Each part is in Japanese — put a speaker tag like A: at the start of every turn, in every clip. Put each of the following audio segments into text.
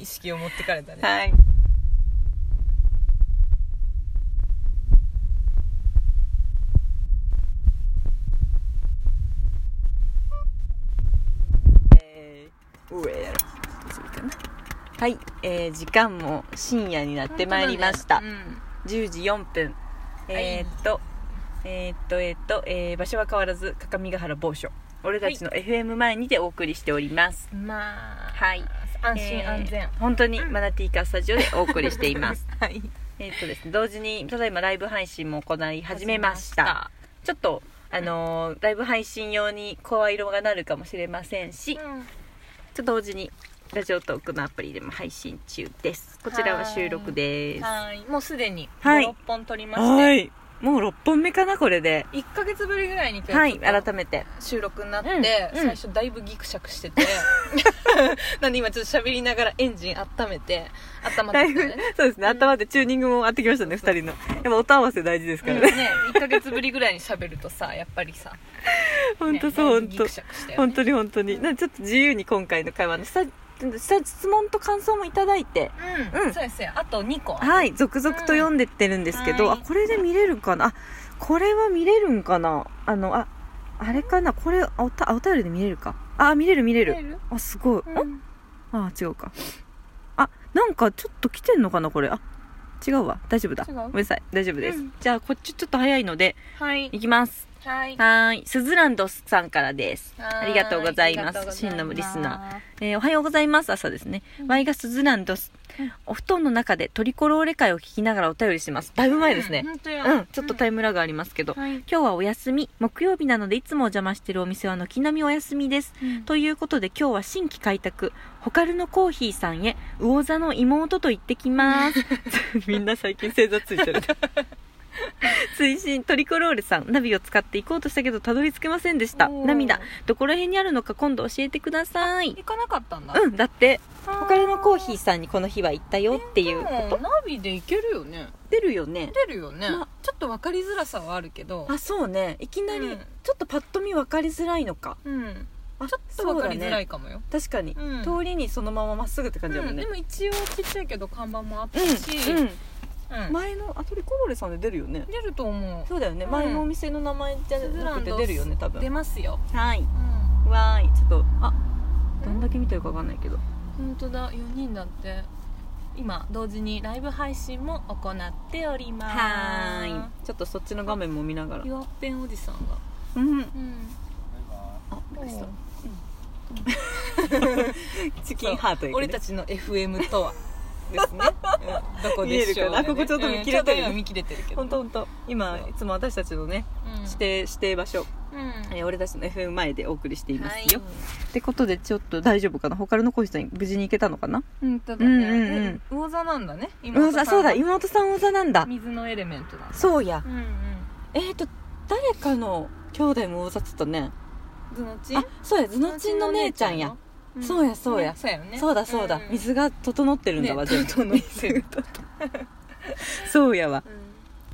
A: 意識を持ってかれたね
B: はいえー上やろそれかなはい、えー時間も深夜になってまいりました、
A: うん
B: 10時4分えーっと、えーっとえーっと、えー場所は変わらず各務原某所俺たちの FM 前にてお送りしております、
A: まあ
B: はい
A: 安心、
B: えー
A: 安全
B: 本当にマナティーカースタジオでお送りしています
A: はい
B: えーっとですね同時にただいまライブ配信も行い始めましたちょっとあのーライブ配信用に声色がなるかもしれませんし、
A: 始めましたうん
B: と同時にラジオトークのアプリでも配信中ですこちらは収録です
A: はいもうすでに
B: はい
A: 56本撮りまし
B: は
A: て
B: いもう6本目かなこれで
A: 1か月ぶりぐらいに今
B: は
A: 日
B: い
A: ちょっと
B: 改めて
A: 収録になって、
B: うんう
A: 最
B: ん
A: 初だいぶギクシャクして てなんで今ちょっと喋りながらエンジン温めて温まっ
B: だ
A: てき
B: いぶ
A: たね
B: そうですね頭でチューニングも合ってきましたね2人のやっぱ音合わせ大事です
A: う
B: か
A: ん
B: ら
A: ね
B: ね、
A: 1か月ぶりぐらいに喋るとさやっぱりさ
B: 本当
A: ね
B: そう
A: だい
B: 本
A: ぶ
B: 当
A: ギクシャクしたよ
B: 本
A: ね
B: 当に本当になんかちょっと自由に今回の会話の下下質問と感想もいただいて
A: うん、
B: うん
A: そうですよあと2個
B: はい続々と読んでってるんですけど、
A: うん
B: あこれで見れるかなあこれは見れるんかなあのああれかなこれあおたあお便りで見れるかあ見れる見れる
A: 見れる
B: あすごい、、
A: うん
B: あ違うかあなんかちょっと来てんのかなこれあ違うわ大丈夫だ
A: 違う
B: ごめんなさい大丈夫です、
A: うん
B: じゃあこっちちょっと早いので
A: はい
B: いきます
A: はい
B: はーいスズランドさんからです
A: は
B: ありがとうございます
A: ありがとうございます
B: 真のリスナえーおはようございます朝ですね、ワイガスズランドス
A: うん
B: お布団の中でトリコローレ会を聞きながらお便りしてますだいぶ前ですね
A: うん、本当
B: う
A: や
B: ん、ちょっとタイムラグありますけど、
A: はい
B: 今日はお休み木曜日なのでいつもお邪魔してるお店は軒並みお休みです
A: うん
B: ということで今日は新規開拓ホカルのコーヒーさんへ魚座の妹と行ってきますみんな最近星座ついてるね推進トリコロールさんナビを使って行こうとしたけどたどり着けませんでした
A: おー
B: 涙どこら辺にあるのか今度教えてください
A: 行かなかったんだ
B: うんだって
A: あ
B: ホカルのコーヒーさんにこの日は行ったよっていう
A: でもナビで行けるよね
B: 出るよね
A: 出るよね、
B: ま
A: ちょっと分かりづらさはあるけど
B: あそうねいきなり、
A: うん
B: ちょっとパッと見分かりづらいのか
A: うん
B: あ
A: ちょっと分かりづら
B: い、
A: いかもよ、
B: 確かに、
A: うん
B: 通りにそのまままっすぐって感じだ
A: う
B: も
A: ん
B: んね
A: でも一応ちっちゃいけど看板もあったし、
B: うん、うん
A: うん
B: 前のアトリコローレさんで出るよね
A: 出ると思
B: そうだよね、
A: うん
B: 前のお店の名前じゃなくて出るよね多
A: う出
B: 分
A: ますよ、
B: はいうわーいちょっとあ
A: ん、
B: どんだけ見てるかわかんないけど
A: 本当だ4人だって今同時にライブ配信も行っております
B: いちょっとそっちの画面も見ながら
A: 岩っぺんおじさんが
B: うん
A: うん
B: あびっくりした
A: おう
B: チキンハートやけどね
A: 俺たちの FM とは ですね、うんどこ
B: 見え
A: で
B: る
A: し
B: か
A: ょうが
B: な
A: ね
B: ここちょっと見切れて
A: うんちょっと
B: る
A: 今見切れてるけど
B: 本当本当今いつも私たちのね
A: うん
B: 指定指定場所、
A: うん
B: えー俺たちの FM 前でお送りしていま
A: は
B: すよ、ってことでちょっと大丈夫かなホカルのコーヒーさん無事に行けたのかな
A: うんただ
B: うん
A: ね、
B: うんうん
A: え魚座なんだね
B: う
A: 妹さん
B: ざ
A: は
B: そうだ妹さんうざなんだ
A: 水のエレメントだ
B: そうや
A: うんうん
B: えっ、と誰かの兄弟もうざっつったね
A: ずのち
B: あそうやズノチンの姉ちゃんや、そうやそうや
A: ねそうやよね
B: そうだそうだ、
A: んん
B: 水が整ってるんだわ、
A: ね
B: 全部
A: 整ってる
B: そうやわ
A: うん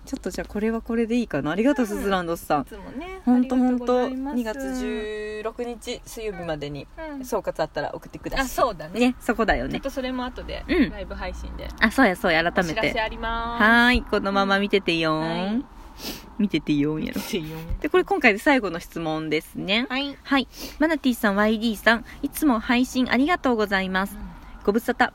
B: ちょっとじゃあこれはこれでいいかなありがと
A: う
B: う、
A: ん
B: スズランドスさ
A: い
B: ん
A: つもね
B: 本当本当
A: 2
B: 2月16日水曜日までに
A: うん
B: 総括あったら送ってください
A: あそうだね
B: ねそこだ
A: ち
B: よ
A: ょっ
B: ね
A: とそれも後で
B: うん
A: ライブ配信で
B: あそうやそうや
A: お
B: 改め
A: 知らせ
B: て
A: あります
B: はーいこのまま見ててよーん、
A: はい
B: 見ててよーんやろ
A: い
B: でこれ今回で最後の質問ですね
A: はい
B: はいマナティさん YD さんいつも配信ありがとうございますご無沙汰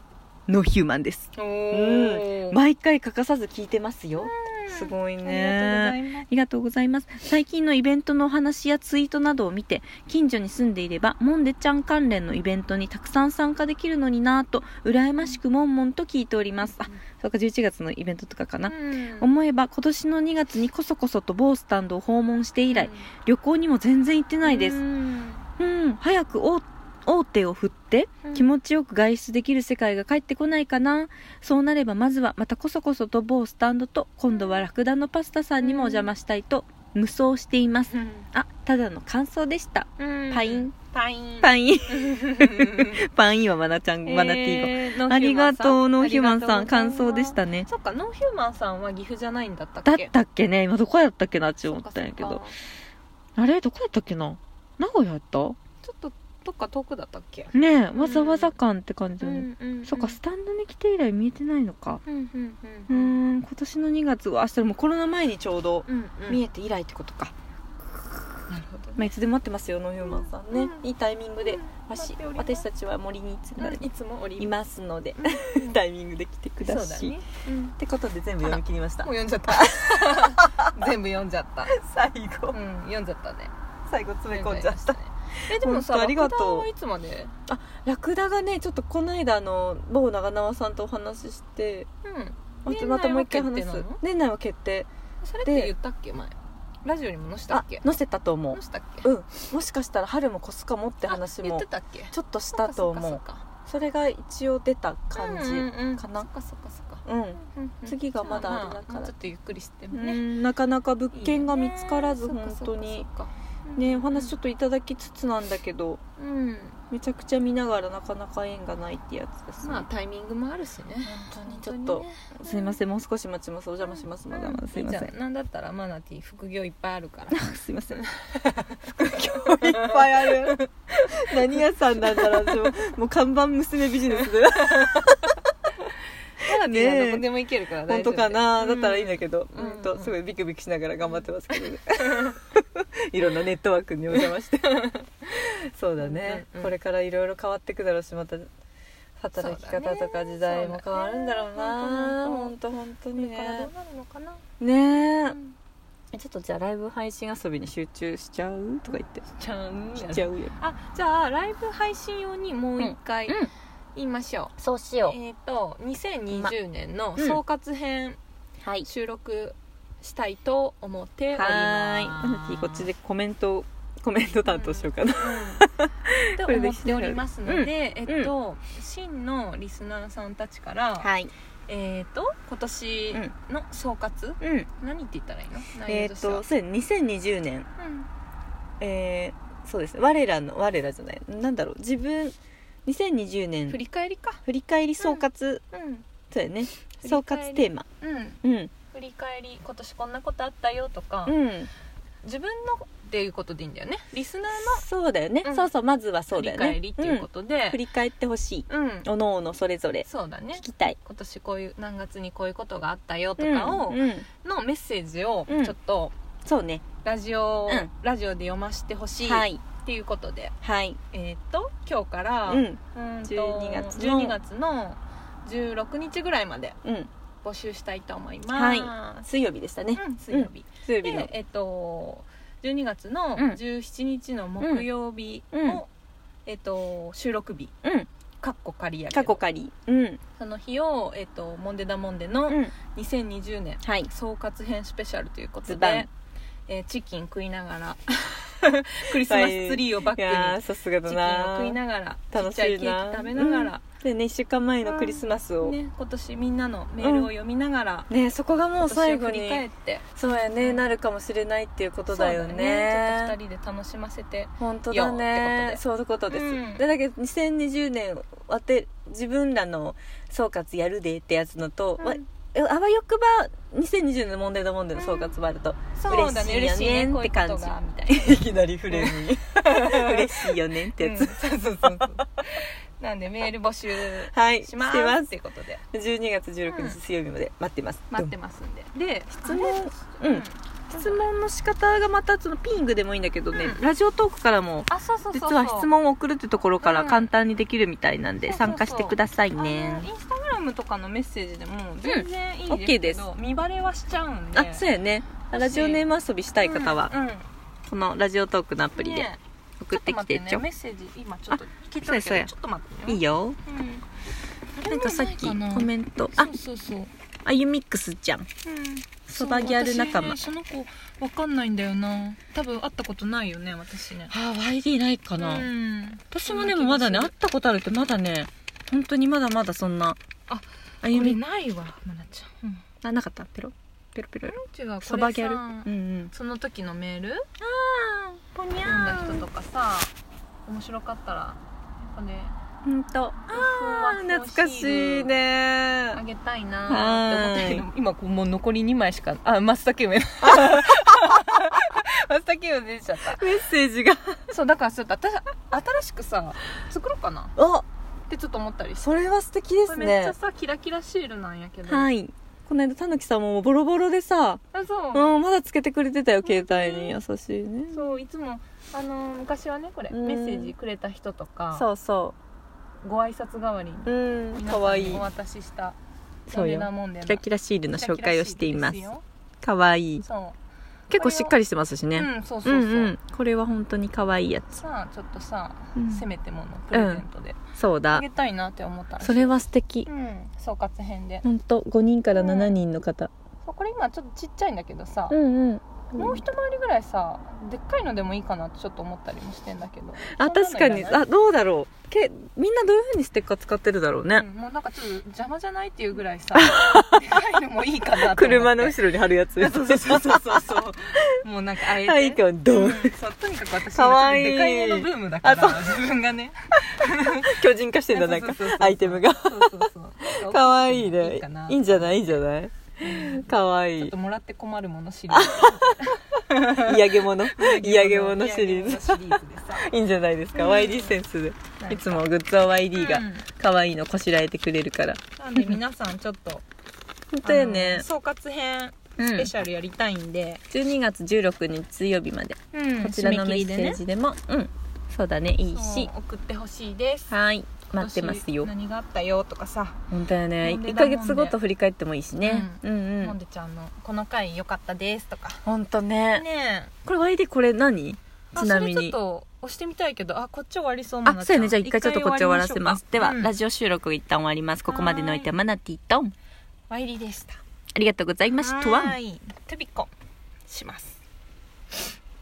B: ノーヒューマンです
A: お
B: う
A: ー
B: ん毎回欠かさず聞いてますよすごい
A: ありがとうござ
B: ね
A: います
B: ありがとうございます最近のイベントのお話やツイートなどを見て近所に住んでいればモンデちゃん関連のイベントにたくさん参加できるのになぁと羨ましくもんもんと聞いておりますあそうか11月のイベントとかかな、
A: うん
B: 思えば今年の2月にこそこそと某スタンドを訪問して以来
A: うん
B: 旅行にも全然行ってないです
A: うん
B: うん、早く大大手を振って
A: うん
B: 気持ちよく外出できる世界が帰ってこないかなそうなればまずはまたこそこそと某スタンドと今度はラクダのパスタさんにもお邪魔したいと無双していますあただの感想でした
A: うん
B: パイン
A: パイン
B: パンイン
A: マ
B: パンインはマナちゃんマナティーの、ありがとうノーヒューマンさん感想でしたね
A: そっかノーヒューマンさんは岐阜じゃないんだった
B: だ
A: っ
B: っ
A: け
B: たっけね今どこやったっけなって
A: そ
B: 思
A: っ
B: っ
A: か
B: たんやけ
A: そっ
B: ど
A: か
B: あれどこやったっけな名古屋やった
A: ちょっとどっか遠くだったっけ
B: ねえわざわざ感って感じだよね、
A: ん
B: そっかスタンドに来て以来見えてないのか
A: うんうん
B: うーん今年の2月はあそれもうコロナ前にちょうど
A: うん
B: 見
A: え
B: えて以来ってことか、
A: なるほど
B: まあ、いつでも待ってますよノンヒューマンさんね、
A: うん
B: いいタイミングで、
A: うん
B: わ
A: 待
B: し
A: っております
B: 私たちは森にいつ,、
A: いつもおり
B: いますので、
A: うん
B: タイミングで来てくだ
A: そう
B: さ
A: だ
B: い、
A: ね、うん
B: ってことで全部読み切りました
A: もう読ん じゃった全部読んじゃった
B: 最後
A: うん読んじゃったね
B: 最後詰め込んじゃっ
A: 読んじゃいま
B: た
A: したねえでもさ
B: 本当ありがと
A: 爆
B: う
A: 弾はいつまで
B: ラクダがねちょっとこの間あの某長縄さんとお話しして
A: うん
B: また
A: 年内
B: またもう一回話
A: は決
B: す
A: 定なの
B: 年内は決定
A: それって言ったっけ前ラジオにも載せたっ
B: あ
A: け
B: 載せたと思う
A: 載せたっけ
B: うんもしかしたら春も越すかもって話
A: あ言っ
B: も
A: てたっけ
B: ちょっとしたと思う
A: そっ
B: そ
A: かそっか
B: れが一応出た
A: そっ
B: 感
A: か
B: じ
A: うんうんうん
B: かな
A: そっかそっかそっか
B: うん、
A: うんうん
B: 次がまだあれだから
A: じゃもうちょっとゆっくりして
B: う
A: も
B: ん
A: ね
B: なかなか物
A: いいよね
B: 件が見つからず
A: そっか
B: 本当に
A: そっかそっか
B: ねお話ちょっ
A: っ
B: といただきつつなんだけど
A: とうん
B: めちゃくちゃ見ながらなかなか縁がないってやつですね、
A: まあタイミングもあるしね
B: 本当にちょっと、すいませんもう少し待ちますお邪魔しますまだまだすいません
A: じゃあなんだったらマナティー副業いっぱいある から
B: すいません副業いっぱいある 何屋さんなんだろう私ももう看板娘ビジネスで
A: マナティーはどこでもいけるから
B: 本
A: 大丈夫
B: 当かなだったらいいんだ
A: け
B: けど、
A: うん
B: うんとすごいビクビクしながら頑張ってますけどねいろんなネットワークにお邪魔してそうだね、
A: うんうん
B: これからいろいろ変わってくだろうしまた働き方と
A: そうだ
B: か
A: ね
B: 時代も変わるんだろうな
A: そう
B: 本当本当
A: ど
B: に
A: う
B: ね
A: なるのかな
B: ね
A: うん
B: えちょっとじゃあライブ配信遊びに集中しちゃうとか言って
A: ちゃん
B: しちゃうよ
A: あじゃあライブ配信用にもう一回
B: うんうん
A: 言いましょう
B: そうし
A: えっ、と2020年の
B: まうん
A: 総括編
B: うはい
A: 収録したいと思っておりま
B: は
A: す
B: ーいマナティこっちでコメントコメント担当しようかな、
A: って
B: これ
A: 思
B: で
A: っ
B: き
A: て
B: た
A: お
B: ら
A: りますので、えっと、真のリスナーさんたちから、
B: はい
A: えっと今年の総括、
B: うん
A: 何って言ったらいいの内
B: え
A: 容
B: っ、
A: としては
B: とそうや2020年
A: うん
B: えーそうですね我らの我らじゃないなんだろう自分2020年
A: 振り返りか
B: 振り返り総括、
A: うん
B: そうやね
A: り
B: 総括テーマ
A: うん
B: うん
A: 振り返り今年こんなことあったよとか、
B: うん
A: 自分のっていうことでいいんだよねリスナー
B: そうだよね、
A: うん
B: そうそうまずはそ
A: の振り
B: うだよね
A: 返りっていうことで
B: うん、振り返ってほしい
A: うん、
B: おのおのそれぞれ
A: そうだね
B: 聞きたい
A: 今年こういう何月にこういうことがあったよとかを、
B: うんうん
A: のメッセージを
B: うん
A: ちょっと
B: そうね
A: ラジオ、
B: うん
A: ラジオで読ませてほしい
B: は
A: っ
B: い
A: ていうことで、
B: はい
A: えーっと今日から、
B: う
A: うん
B: ん
A: と
B: 12月の
A: 12月の16日ぐらいまで
B: うん
A: 募集したいと思います、
B: は水曜日でしたね、
A: うん、水曜日、
B: 水曜日の
A: でえっと12月の
B: うん
A: 17日の木曜日を、
B: うん
A: えっと収録日
B: うん
A: かっこ仮やけ
B: 過去
A: ど
B: 仮うん
A: その日を、えっと、モンデダモンデの
B: うん
A: 2020年
B: はい
A: 総括編スペシャルということ
B: ズバン
A: で、えーチキン食いながら クリスマスツリーをバッ
B: い
A: ク
B: やー
A: に
B: さすが
A: チキ
B: だ
A: ンを
B: な
A: 食いながらち
B: 楽
A: っ
B: し
A: ちゃい
B: い
A: ケー
B: な
A: キ食べながら、
B: でね1週間前のクリスマスを、ね
A: ね、今年みんなのメールを読みながら、
B: そこがもう
A: 今年
B: 最
A: を
B: 後
A: 振り
B: に
A: 返って
B: そうやねなるかもしれないっていうことだよね
A: そうだねちょっと2人で楽しませて
B: 本当だ
A: よってこと
B: ね
A: で
B: そういうことです、
A: うん
B: でだけど2020年わて自分らの総括やるでってやつのと、わ
A: うん
B: えあわよくば2020の問題の問題の総括はあると、
A: そうだね
B: 嬉
A: 嬉
B: し
A: し
B: い
A: い
B: よね
A: ねこういうこ
B: っ
A: と
B: て感
A: がみ たいない
B: きなりフレームに 嬉しいよねってやつ、
A: うんそうそうそうそうなんでメール募集
B: はい
A: します
B: してます
A: っていうことで
B: 12月16
A: うん
B: 日水曜日まで待ってます、
A: 待ってますんでで
B: 質問
A: あれ
B: うん質問の仕方がまたそのピングでもいいんだけどね、
A: うん
B: ラジオトークからも
A: あそうそうそうそう
B: 実は質問を送るってところから
A: うん
B: 簡単にできるみたいなんで
A: そうそうそ
B: 参
A: う
B: 加してください
A: あの
B: ね
A: インスタグラムとかのメッセージでも全然いいです
B: OK で
A: け
B: す
A: ど、見バレはしちゃうんで
B: あそうやね
A: もし
B: ラジオネーム遊びしたい方は、
A: うんうん
B: このラジオトークのアプリで
A: ね
B: 送ってきてち
A: ちょ
B: ょ,、
A: っと待ってねメッセージ今ちょっと聞いたけど
B: そうやそうや
A: ちょっと待ってね
B: いいよ
A: うんあれ
B: なんかさっき
A: も
B: コ
A: うないかな
B: メントあ
A: そうそうそう
B: あゆミックスじゃん
A: うん
B: そばギャル仲間
A: そう私ねその子わかんないんだよな多分会ったことないよね私ね
B: あ YD ないかな、
A: うん
B: 私もでもまだね
A: そんな
B: 会っ
A: 気
B: たことあるってまだね本当にまだまだそんな
A: あ
B: あゆ
A: がする
B: み
A: これないわまなちゃん、うん
B: あなかったペロペロペロ
A: 違うこれ
B: そばギャル
A: さ
B: うんうん
A: その時のメール
B: ポニ
A: 読んだ人とかさ面白かったらやっぱね
B: うんとあ
A: ふわ
B: ー
A: ふわ
B: 懐かしい
A: あ
B: ね
A: げたいなーって思ったけど今こうもう残り2枚しかあマスタケ梅松茸が出てきちゃった
B: メッセージが
A: そうだからちょっと私新しくさ作ろうかな
B: あ
A: ってちょっと思ったりして
B: それは素敵で
A: こ
B: す
A: れめっち
B: ね
A: ゃさキラキラシールなんやけど、い、
B: はいこの間たぬきさんももうボロボロでさ、
A: あそう、
B: うん、まだつけてくれてたよ携帯に優
A: 本
B: しいね
A: そういつもあのー昔はねこれ
B: うん
A: メッセージくれた人とか
B: そうそ
A: ご挨拶代わりに
B: ううん
A: 皆
B: か
A: さん
B: わ
A: に
B: いい
A: お渡しした
B: そうよ
A: ダメなもんでな
B: キラキラシールの紹介をしています
A: キラキラシールで
B: かわいい
A: すよ
B: 結構しっかりしてますし
A: そう、
B: ね
A: うんそう
B: う
A: そう
B: んう
A: そう、
B: んこれは本当にかわいいやつ
A: さあちょっとさ、
B: うん
A: せめてものプレゼントで
B: そう
A: あ
B: だ
A: げたいなって思ったら
B: それは素敵
A: うん総括編で
B: 本当5人から7人の方
A: そうこれ今ちょっとちっちゃいんだけどさ、
B: んうん
A: もう一回りぐらいさでっかいのでもいいかなってちょっと思ったりもしてんだけど
B: あ確かに
A: そんなのいらない
B: あどうだろうけみんなどういうふうにステッカー使ってるだろうね、
A: うんもうなんかちょっと邪魔じゃないっていうぐらい さでかいのもいいかなと思って
B: 車の後ろに貼るやつ
A: そうそうそう そうそうそうもうなんかあえて、
B: はいかん
A: う
B: ど
A: ん
B: う
A: そうとにかく私
B: かわい
A: で
B: い
A: かいものブームだから
B: あそう
A: 自分がね
B: 巨人化してんだなん
A: そう
B: か
A: そうそうそう
B: アイテムが
A: そうそうそう
B: かわいいね
A: いかない
B: いんじゃないいいんじゃないかわい
A: ちょっ
B: い
A: ともらって困るものシリーズ
B: 嫌げ物嫌げ物シリー
A: 嫌げ物シリー
B: ズ
A: ズでさ
B: いいんじゃないですか、
A: うん
B: YD センスで
A: なんか
B: いつもグッズは YD
A: う
B: が
A: ん
B: 可愛いのこしらえてくれるから
A: なんで皆さんちょっと
B: 本当よね
A: あの総括編
B: うん
A: スペシャルやりたいんで、
B: 12月16日水曜日まで
A: うん
B: こちらのメッセ
A: ね
B: ージでもうんそうだねいいし
A: そう送ってほしいです
B: はい待ってますよ
A: 今年何があったよとかさ、
B: 本当やね
A: 飲んで
B: 1
A: だ
B: ヶ
A: もんね
B: 月ごと振り返ってもいいしね、うん、うん
A: もんでちゃんのこの回良かったですとか
B: ほんとね
A: ねえ
B: これ YD これ何ちな
A: あ
B: み
A: それ
B: に
A: ちょっと押してみたいけどあこっち終わりそうもな
B: あそうやねじゃあ一回ちょっとこっち終わらせますでは、ラ
A: ジ
B: ジオ収録一旦終わりますここまでのおいてはマナティと
A: ワイリでした
B: ありがとうございました
A: はーいトゥビコします